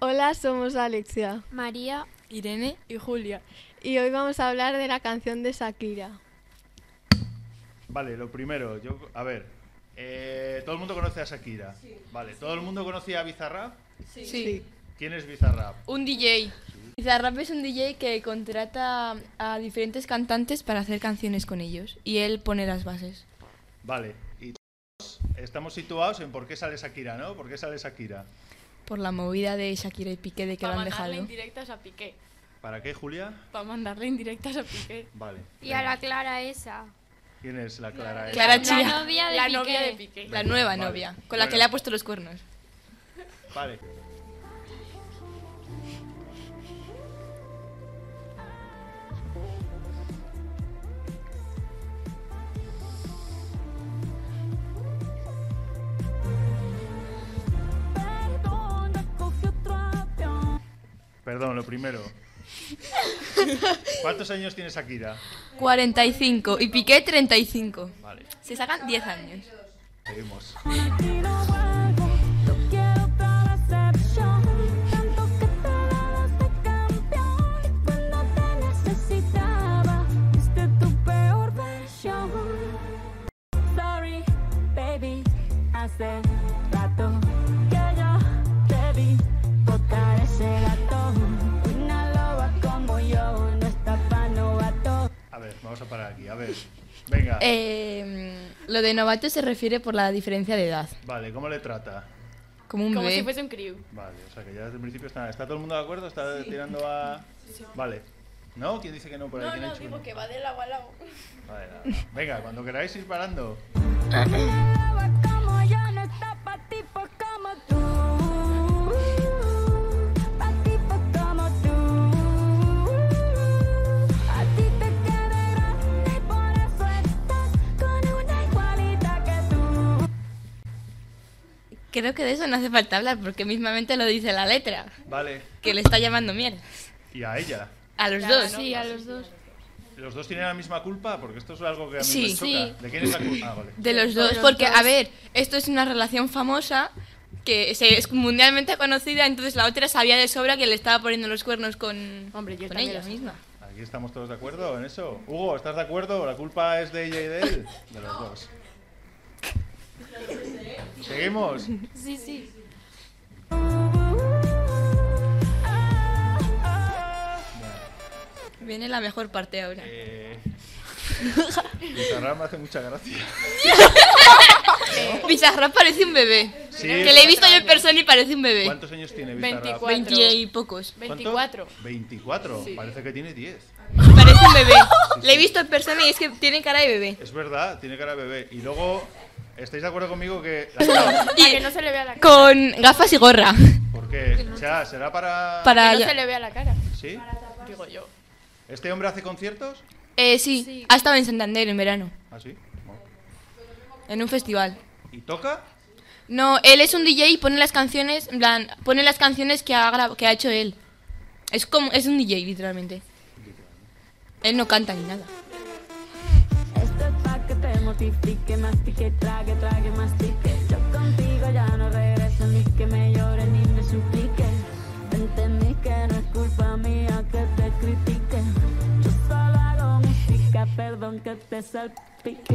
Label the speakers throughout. Speaker 1: Hola, somos Alexia
Speaker 2: María,
Speaker 3: Irene,
Speaker 1: y Julia y hoy vamos a hablar de la canción de Shakira.
Speaker 4: Vale, lo primero, yo, a ver, eh, todo el mundo conoce a Shakira. Vale, todo el mundo conocía a Bizarrap.
Speaker 3: sí.
Speaker 4: ¿Quién es Bizarrap?
Speaker 3: Un DJ. Bizarrap es un DJ que contrata a diferentes cantantes para hacer canciones con ellos y él pone las bases.
Speaker 4: Vale, y todos estamos situados en por qué sale Shakira, ¿no? ¿Por qué sale Shakira?
Speaker 3: Por la movida de Shakira y Piqué de que lo
Speaker 5: Para
Speaker 3: han
Speaker 5: mandarle
Speaker 3: dejado.
Speaker 5: indirectas a Piqué.
Speaker 4: ¿Para qué, Julia?
Speaker 5: Para mandarle indirectas a Piqué.
Speaker 4: Vale.
Speaker 2: y a la
Speaker 4: venga.
Speaker 2: Clara esa.
Speaker 4: ¿Quién es la Clara? esa?
Speaker 3: Clara Chía.
Speaker 2: La novia de
Speaker 5: La
Speaker 2: Piqué.
Speaker 5: novia de Piqué.
Speaker 3: La nueva
Speaker 4: Vale.
Speaker 3: novia, con la que
Speaker 4: Bueno.
Speaker 3: le ha puesto los cuernos.
Speaker 4: Vale. Perdón, lo primero. ¿Cuántos años tiene Shakira?
Speaker 3: 45 y Piqué 35.
Speaker 4: Vale,
Speaker 3: Se sacan 10 años.
Speaker 4: seguimos.
Speaker 6: Sorry, baby, hace rato que yo te vi botar ese gato. Una loba como yo no está pa' novato.
Speaker 4: A ver, vamos a parar aquí. A ver, venga.
Speaker 3: Eh, lo de novato se refiere por la diferencia de edad.
Speaker 4: Vale, ¿cómo le trata?
Speaker 3: Como un
Speaker 5: Como
Speaker 3: bebé.
Speaker 5: si fuese un crew.
Speaker 4: Vale, o sea que ya desde el principio está, ¿está todo el mundo de acuerdo, está tirando a... Vale. ¿No? ¿Quién dice que no? Por ahí, ¿quién ha dicho que no?
Speaker 5: va del agua al agua.
Speaker 4: Vale, nada, nada. Venga, cuando queráis ir parando.
Speaker 6: Una loba como yo no está pa' tipos como tú. Pa' tipos como tú. A ti te queda grande y por eso estás con una igualita que tú.
Speaker 3: Creo que de eso no hace falta hablar porque mismamente lo dice la letra,
Speaker 4: Vale.
Speaker 3: que le está llamando miel.
Speaker 4: Y a ella.
Speaker 3: A los dos.
Speaker 5: Sí, a los dos.
Speaker 4: ¿Los dos tienen la misma culpa? Porque esto es algo que a mí
Speaker 3: Sí.
Speaker 4: me choca. ¿De quién es la culpa? Ah, vale.
Speaker 3: De los dos, porque, a ver, esto es una relación famosa que se- es mundialmente conocida, entonces la otra sabía de sobra que le estaba poniendo los cuernos con,
Speaker 5: Hombre, yo
Speaker 3: con
Speaker 5: también
Speaker 3: ella
Speaker 5: lo
Speaker 3: misma.
Speaker 4: ¿Aquí estamos todos de acuerdo en eso? Hugo, ¿estás de acuerdo? ¿La culpa es de ella y de él? De los dos. ¿Seguimos?
Speaker 2: Sí, sí.
Speaker 3: Viene la mejor parte ahora.
Speaker 4: Eh... Bizarrap me hace mucha gracia.
Speaker 3: Bizarrap parece un bebé.
Speaker 4: Sí.
Speaker 3: Que le he visto yo en persona y parece un bebé.
Speaker 4: ¿Cuántos años tiene Bizarrap?
Speaker 5: 24.
Speaker 3: 20 y pocos.
Speaker 4: ¿Cuánto?
Speaker 5: 24.
Speaker 4: 24,
Speaker 5: Sí.
Speaker 4: parece que tiene 10.
Speaker 3: Parece un bebé. Le he visto en persona y es que tiene cara de bebé.
Speaker 4: Es verdad, tiene cara de bebé. Y luego, ¿estáis de acuerdo conmigo que...
Speaker 3: Y-
Speaker 5: Para que no se le vea la cara.
Speaker 3: Con gafas y gorra.
Speaker 4: Porque, o sea, será para...
Speaker 3: Para...
Speaker 5: Que no se le vea la cara,
Speaker 4: ¿Sí?
Speaker 5: digo yo.
Speaker 4: ¿Este hombre hace conciertos?
Speaker 3: Eh, sí.
Speaker 5: Sí.
Speaker 3: Ha estado en Santander en verano,
Speaker 4: Ah, sí. Bueno.
Speaker 3: en un festival.
Speaker 4: ¿Y toca?
Speaker 3: No, él es un DJ y pone las canciones, en plan, pone las canciones que ha, gra- que ha hecho él. Es como es un DJ literalmente. Él no canta ni nada.
Speaker 6: Esto es pa' que te mortifique, mastique, trague, trague, mastique. Yo contigo ya no regreso, ni que me llore, ni me suplique. Entendí que no es culpa mía que te critique. Yo solo hago música, perdón que te salpique.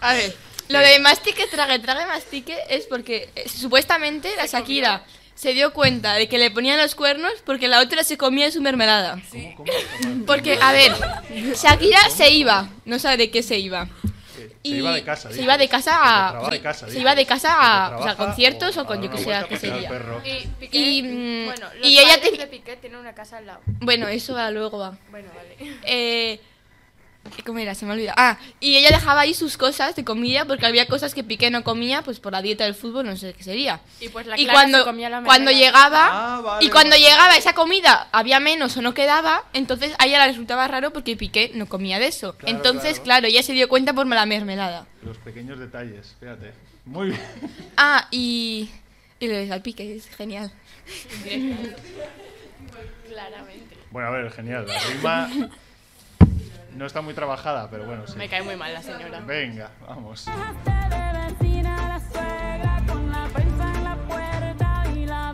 Speaker 3: A ver, lo de mastique, trague, trague, mastique es porque eh, supuestamente la Shakira se dio cuenta de que le ponían los cuernos porque la otra se comía su mermelada.
Speaker 4: ¿Cómo? ¿Cómo?
Speaker 3: Porque, a ver, Shakira se iba, no sabe de qué se iba.
Speaker 4: Eh, Se
Speaker 3: Y
Speaker 4: iba de casa.
Speaker 3: se
Speaker 4: dices.
Speaker 3: iba de casa
Speaker 4: Se
Speaker 3: a-
Speaker 4: traba de
Speaker 3: sí,
Speaker 4: casa,
Speaker 3: se
Speaker 4: dices.
Speaker 3: iba de casa a-
Speaker 4: Se
Speaker 3: pues, a
Speaker 4: trabaja
Speaker 3: conciertos o
Speaker 4: a
Speaker 3: con yo
Speaker 4: dar
Speaker 3: que
Speaker 4: una
Speaker 3: sea
Speaker 4: vuelta
Speaker 3: que
Speaker 4: a pasear al
Speaker 3: sería. Eh.
Speaker 4: perro.
Speaker 5: Y, Piqué,
Speaker 3: Y, mm,
Speaker 5: bueno, los
Speaker 3: y ella
Speaker 5: padres
Speaker 3: te-
Speaker 5: de Piqué tiene una casa al lado.
Speaker 3: Bueno, eso va luego va.
Speaker 5: Bueno, vale.
Speaker 3: Eh, ¿Cómo era? Se me ha olvidado. Ah, y ella dejaba ahí sus cosas de comida porque había cosas que Piqué no comía, pues por la dieta del fútbol, no sé qué sería.
Speaker 5: Y pues la
Speaker 3: y
Speaker 5: Clara
Speaker 3: cuando,
Speaker 5: se comía la
Speaker 3: cuando
Speaker 5: mermelada.
Speaker 3: llegaba
Speaker 4: Ah, vale,
Speaker 3: y cuando
Speaker 4: vale.
Speaker 3: llegaba esa comida había menos o no quedaba, entonces a ella le resultaba raro porque Piqué no comía de eso.
Speaker 4: Claro,
Speaker 3: entonces,
Speaker 4: claro.
Speaker 3: claro. ella se dio cuenta por la mermelada.
Speaker 4: Los pequeños detalles, fíjate. Muy bien.
Speaker 3: Ah, y y le al Piqué, es genial.
Speaker 5: Claramente.
Speaker 4: Bueno, a ver, genial. La rima no está muy trabajada, pero bueno, sí.
Speaker 5: Me cae muy mal la señora.
Speaker 4: Venga, vamos.
Speaker 6: Dejaste de vecina a la suegra con la prensa en la puerta y la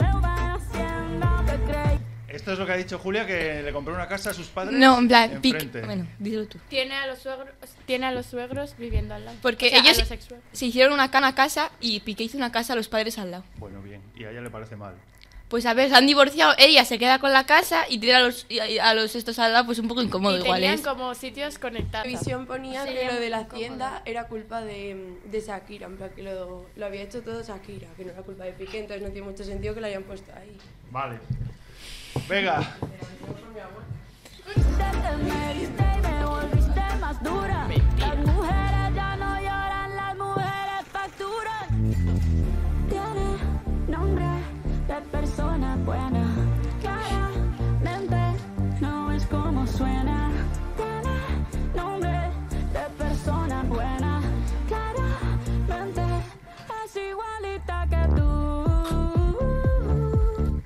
Speaker 4: Esto es lo que ha dicho Julia, que le compró una casa a sus padres.
Speaker 3: No, en plan, pic.
Speaker 4: enfrente.
Speaker 3: Bueno, dilo tú.
Speaker 5: Tiene a los suegros, tiene a los suegros viviendo al lado.
Speaker 3: Porque
Speaker 5: O sea, a
Speaker 3: ellos-
Speaker 5: los ex-suegros.
Speaker 3: Se hicieron una cana a casa y Piqué hizo una casa a los padres al lado.
Speaker 4: Bueno, bien. Y a ella le parece mal.
Speaker 3: Pues a ver, se han divorciado, ella se queda con la casa y tiene a los, y a a los estos al lado, pues un poco incómodo
Speaker 5: y
Speaker 3: igual
Speaker 5: tenían
Speaker 3: es.
Speaker 5: como sitios
Speaker 2: La
Speaker 5: conectados.
Speaker 2: televisión ponía que
Speaker 5: Sería
Speaker 2: lo de la
Speaker 5: muy cómodo.
Speaker 2: hacienda era culpa de, de Shakira, en plan que lo, lo había hecho todo Shakira, que no era culpa de Piqué, entonces no tiene mucho sentido que lo hayan puesto ahí.
Speaker 4: Vale. Venga.
Speaker 6: Te te me diste y me volviste más dura. Las mujeres ya no lloran, las mujeres facturan. Tiene nombre de persona buena. Claramente no es como suena. Tiene nombre de persona buena. Claramente es igualita que tú.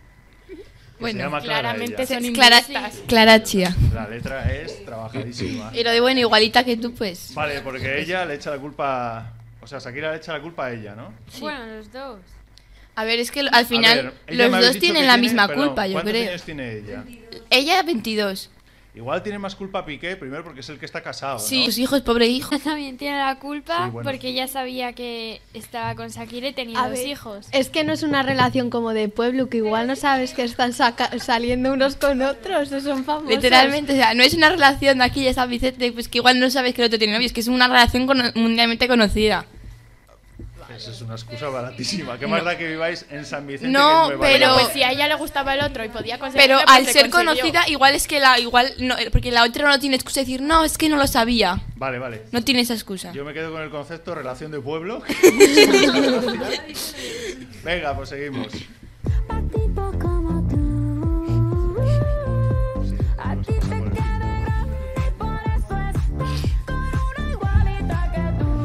Speaker 4: se
Speaker 3: Bueno,
Speaker 4: llama Clara
Speaker 5: claramente
Speaker 4: ella.
Speaker 5: son
Speaker 3: Clara,
Speaker 5: inglesas.
Speaker 3: Clara Chía.
Speaker 4: La letra es trabajadísima.
Speaker 3: Y lo de bueno, igualita que tú, pues.
Speaker 4: Vale, porque ella le echa la culpa. O sea, Shakira le echa la culpa a ella, ¿no?
Speaker 7: Bueno, los dos.
Speaker 3: A ver, es que al
Speaker 4: A
Speaker 3: final
Speaker 4: ver, ella me
Speaker 3: los
Speaker 4: habéis
Speaker 3: dos
Speaker 4: dicho
Speaker 3: tienen
Speaker 4: que
Speaker 3: la
Speaker 4: tiene-
Speaker 3: misma
Speaker 4: perdón,
Speaker 3: culpa, yo
Speaker 4: ¿cuántos
Speaker 3: creo.
Speaker 4: años tiene ella?
Speaker 3: Ella 22.
Speaker 4: Igual tiene más culpa Piqué, primero porque es el que está casado.
Speaker 3: Sí,
Speaker 4: ¿no?
Speaker 3: sus hijos, pobre hijo.
Speaker 7: También tiene la culpa
Speaker 4: Sí, bueno.
Speaker 7: porque ella sabía que estaba con Shakira y tenía
Speaker 1: A
Speaker 7: dos
Speaker 1: ver.
Speaker 7: hijos.
Speaker 1: Es que no es una relación como de pueblo, que igual no sabes que están saca- saliendo unos con otros, o son famosos.
Speaker 3: Literalmente, o sea, no es una relación de aquí ya San Vicente, pues que igual no sabes que el otro tiene novio, es que es una relación cono- mundialmente conocida.
Speaker 4: Esa es una excusa baratísima. ¿Qué más da que viváis en San Vicente?
Speaker 3: No,
Speaker 4: que es Nueva
Speaker 3: pero-
Speaker 5: Bueno,
Speaker 4: York?
Speaker 5: pues si a ella le gustaba el otro y podía conseguir.
Speaker 3: Pero al ser conocida, igual es que la igual no, porque la otra no tiene excusa de decir, "No, es que no lo sabía."
Speaker 4: Vale, vale.
Speaker 3: No tiene esa excusa.
Speaker 4: Yo me quedo con el concepto relación de pueblo. Venga, pues seguimos.
Speaker 6: A tipo como tú. A ti te quieren grande y por eso estoy con una igualita que tú.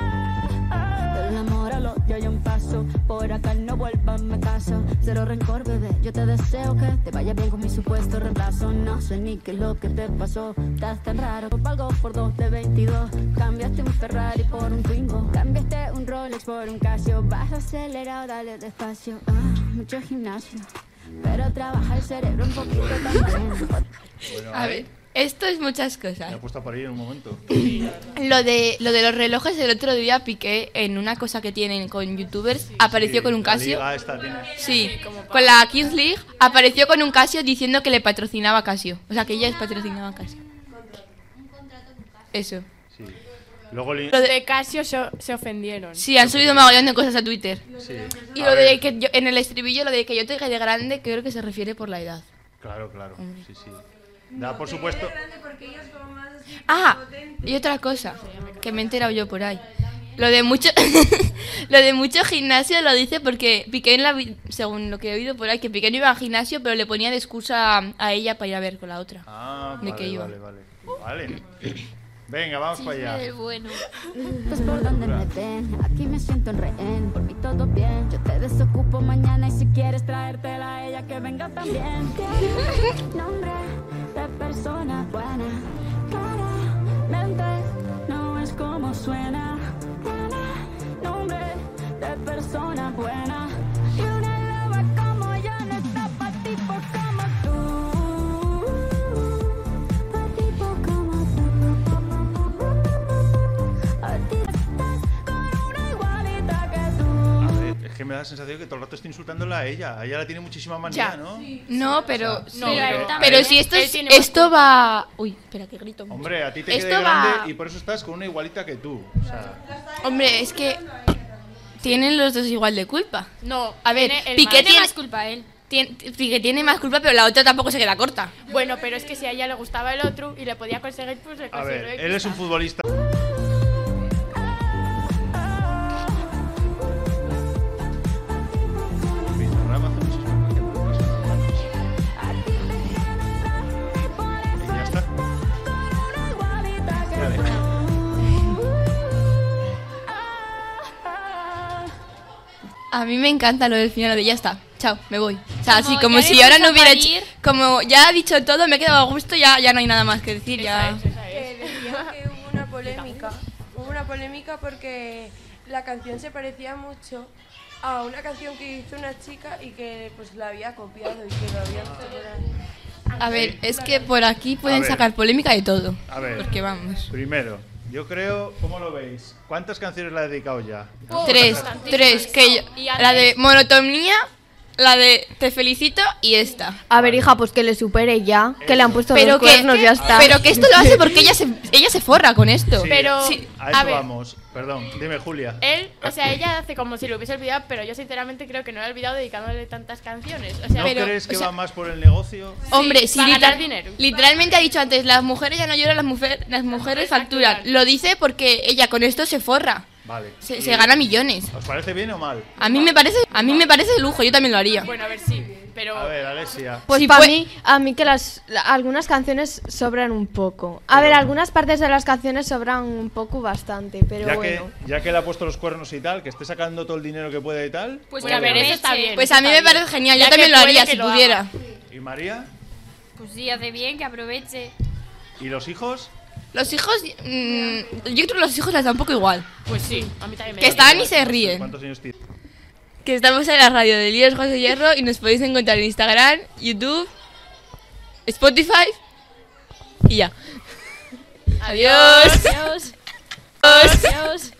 Speaker 6: Del amor al odio hay un paso, por acá no vuelvas me caso. Cero rencor, bebé, yo te deseo que te vaya bien con mi supuesto reemplazo. No sé ni qué es lo que te pasó, estás tan raro. Valgo por dos de 22, cambiaste un Ferrari por un Twingo. Cambiaste un Rolex por un Casio, vas acelerado, dale despacio. Ah, mucho gimnasio, pero trabaja el cerebro un poquito también.
Speaker 4: Bueno,
Speaker 3: A ver, esto es muchas cosas.
Speaker 4: Me ha puesto a parir en un momento. pues.
Speaker 3: Lo de lo de los relojes el otro día piqué en una cosa que tienen con youtubers, apareció
Speaker 4: Sí,
Speaker 3: con un
Speaker 4: la
Speaker 3: Casio.
Speaker 4: liga esta tiene-
Speaker 3: Sí, con la Kings League apareció con un Casio diciendo que le patrocinaba Casio. O sea, que ella patrocinaba Casio. Eso.
Speaker 4: sí. Luego li-
Speaker 5: Los de Casio se, se ofendieron.
Speaker 3: Sí, han subido mogollón de cosas a Twitter.
Speaker 4: sí.
Speaker 3: Y
Speaker 4: A
Speaker 3: lo
Speaker 4: ver,
Speaker 3: de que yo, en el estribillo, lo de que yo te de grande, creo que se refiere por la edad.
Speaker 4: Claro, claro. Sí, sí. Da, por supuesto.
Speaker 3: Ah, y otra cosa, que me he enterado yo por ahí. Lo de mucho, lo de mucho gimnasio lo dice porque Piqué, en la, vi- según lo que he oído por ahí, que Piqué no iba al gimnasio, pero le ponía de excusa a, a ella para ir a ver con la otra.
Speaker 4: Ah,
Speaker 3: De que
Speaker 4: vale,
Speaker 3: iba.
Speaker 4: vale, vale. Vale. Venga, vamos para allá.
Speaker 7: Eh, bueno.
Speaker 6: Pues por donde me ven, aquí me siento en rehén, por mí todo bien. Yo te desocupo mañana y si quieres traértela a ella que venga también. Tiene Nombre de persona buena, claramente no es como suena. Tiene Nombre de persona buena y una loba como yo no está pa' tipos como tú, pa' tipo como tú. A ti estás con una igualita que tú.
Speaker 4: A ver, es que me da la sensación que todo el rato estoy insultándola a ella. A ella la tiene muchísima manía,
Speaker 3: Ya.
Speaker 4: ¿no?
Speaker 3: No, pero, pero-
Speaker 5: No, pero-
Speaker 3: pero si esto,
Speaker 5: él
Speaker 3: es-
Speaker 5: tiene más
Speaker 3: esto va... Uy, espera, que grito. mucho.
Speaker 4: Hombre, a ti te queda
Speaker 3: Esto va-
Speaker 4: grande y por eso estás con una igualita que tú. O sea,
Speaker 3: Hombre, es que tienen los dos igual de culpa.
Speaker 5: No,
Speaker 3: A ver,
Speaker 5: tiene el
Speaker 3: Piqué
Speaker 5: más-
Speaker 7: Tiene
Speaker 3: tiene-
Speaker 7: más culpa él.
Speaker 3: Tien- Piqué tiene más culpa, pero la otra tampoco se queda corta.
Speaker 5: Bueno, pero es que si a ella le gustaba el otro y le podía conseguir, pues le
Speaker 4: a
Speaker 5: consiguió.
Speaker 4: ver,
Speaker 5: y
Speaker 4: él es un
Speaker 5: quizá.
Speaker 4: futbolista. Mi programa hace muchísima gracia, pero no sé nada más. Y ya está. Dale.
Speaker 3: A mí me encanta lo del final de ya está. Chao, me voy. O sea, así
Speaker 7: Como
Speaker 3: como
Speaker 7: ya
Speaker 3: si
Speaker 7: íbamos
Speaker 3: ahora
Speaker 7: a
Speaker 3: no hubiera hecho,
Speaker 7: parir.
Speaker 3: como ya ha dicho todo, me he quedado a gusto, ya ya no hay nada más que decir, ya.
Speaker 5: Esa es, esa es.
Speaker 2: Que decía que hubo una polémica, hubo una polémica porque la canción se parecía mucho a una canción que hizo una chica y que pues la había copiado y que lo había
Speaker 3: A ver, es que por aquí
Speaker 4: A
Speaker 3: pueden
Speaker 4: ver.
Speaker 3: sacar polémica de todo.
Speaker 4: A ver.
Speaker 3: Porque vamos.
Speaker 4: Primero, yo creo, ¿cómo lo veis? ¿Cuántas canciones la he dedicado ya?
Speaker 3: Tres, tres, que yo-
Speaker 5: Y
Speaker 3: La de
Speaker 5: antes-
Speaker 3: monotonía, la de te felicito y esta.
Speaker 1: A ver, hija, pues que le supere ya. Que le han puesto
Speaker 3: Pero
Speaker 1: dos
Speaker 3: que,
Speaker 1: cuernos, ya está.
Speaker 3: pero que esto lo hace porque ella se, ella se forra con esto.
Speaker 4: Sí,
Speaker 5: Pero-
Speaker 4: sí, a
Speaker 5: a
Speaker 4: eso
Speaker 5: ver.
Speaker 4: vamos. Perdón, dime Julia.
Speaker 3: Eh,
Speaker 5: Él, o sea, ella hace como si lo hubiese olvidado, pero yo sinceramente creo que no lo he olvidado dedicándole tantas canciones. O sea,
Speaker 4: ¿No
Speaker 3: pero,
Speaker 4: crees que
Speaker 3: o sea-
Speaker 4: va más por el negocio?
Speaker 3: Hombre, si
Speaker 5: para
Speaker 3: literal-
Speaker 5: ganar dinero.
Speaker 3: literalmente ha dicho antes, las mujeres ya no lloran, las, mujer- las mujeres facturan.
Speaker 5: facturan.
Speaker 3: Lo dice porque ella con esto se forra.
Speaker 4: Vale.
Speaker 3: Se,
Speaker 4: ¿Y
Speaker 3: se gana millones.
Speaker 4: ¿Os parece bien o mal?
Speaker 3: A mí me parece, a mí me parece de lujo, yo también lo haría.
Speaker 5: bueno, a ver si, pero
Speaker 4: A ver, Alexia.
Speaker 1: Pues
Speaker 3: Si
Speaker 1: para
Speaker 3: fue-
Speaker 1: mí, a mí que las la- algunas canciones sobran un poco. A ver, algunas partes de las canciones sobran un poco bastante, pero
Speaker 4: Ya que,
Speaker 1: bueno.
Speaker 4: ya que le ha puesto los cuernos y tal, que esté sacando todo el dinero que puede y tal.
Speaker 5: pues a ver, eso está bien.
Speaker 3: Pues
Speaker 5: eso
Speaker 3: a mí me
Speaker 5: está bien.
Speaker 3: parece genial,
Speaker 5: Ya
Speaker 3: yo
Speaker 5: que
Speaker 3: también lo
Speaker 5: puede,
Speaker 3: haría
Speaker 5: que
Speaker 3: si
Speaker 5: lo haga.
Speaker 3: pudiera.
Speaker 4: ¿Y María?
Speaker 7: Pues sí, hace bien que aproveche.
Speaker 4: ¿Y los hijos?
Speaker 3: Los hijos, mm, yo creo que los hijos les da un poco igual.
Speaker 5: Pues sí, a mí también me
Speaker 3: Que
Speaker 5: parece.
Speaker 3: están y se ríen.
Speaker 4: ¿Cuántos años tienen?
Speaker 3: Que estamos en la radio de Líos José Hierro y nos podéis encontrar en Instagram, YouTube, Spotify y ya. Adiós.
Speaker 7: Adiós. Adiós.